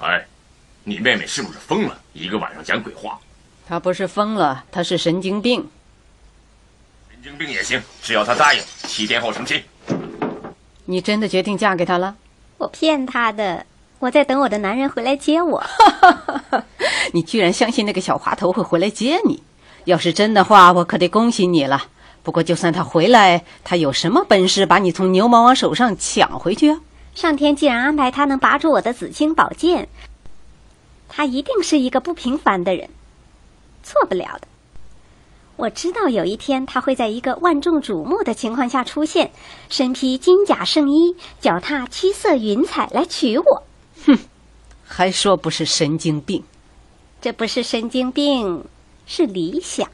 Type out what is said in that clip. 哎，你妹妹是不是疯了？一个晚上讲鬼话，他不是疯了，他是神经病。神经病也行，只要她答应，七天后成亲。你真的决定嫁给他了？我骗他的，我在等我的男人回来接我。你居然相信那个小滑头会回来接你？要是真的话，我可得恭喜你了。不过，就算他回来，他有什么本事把你从牛魔王手上抢回去啊？上天既然安排他能拔出我的紫青宝剑，他一定是一个不平凡的人，错不了的。我知道有一天他会在一个万众瞩目的情况下出现，身披金甲圣衣，脚踏七色云彩来娶我。还说不是神经病？这不是神经病，是理想。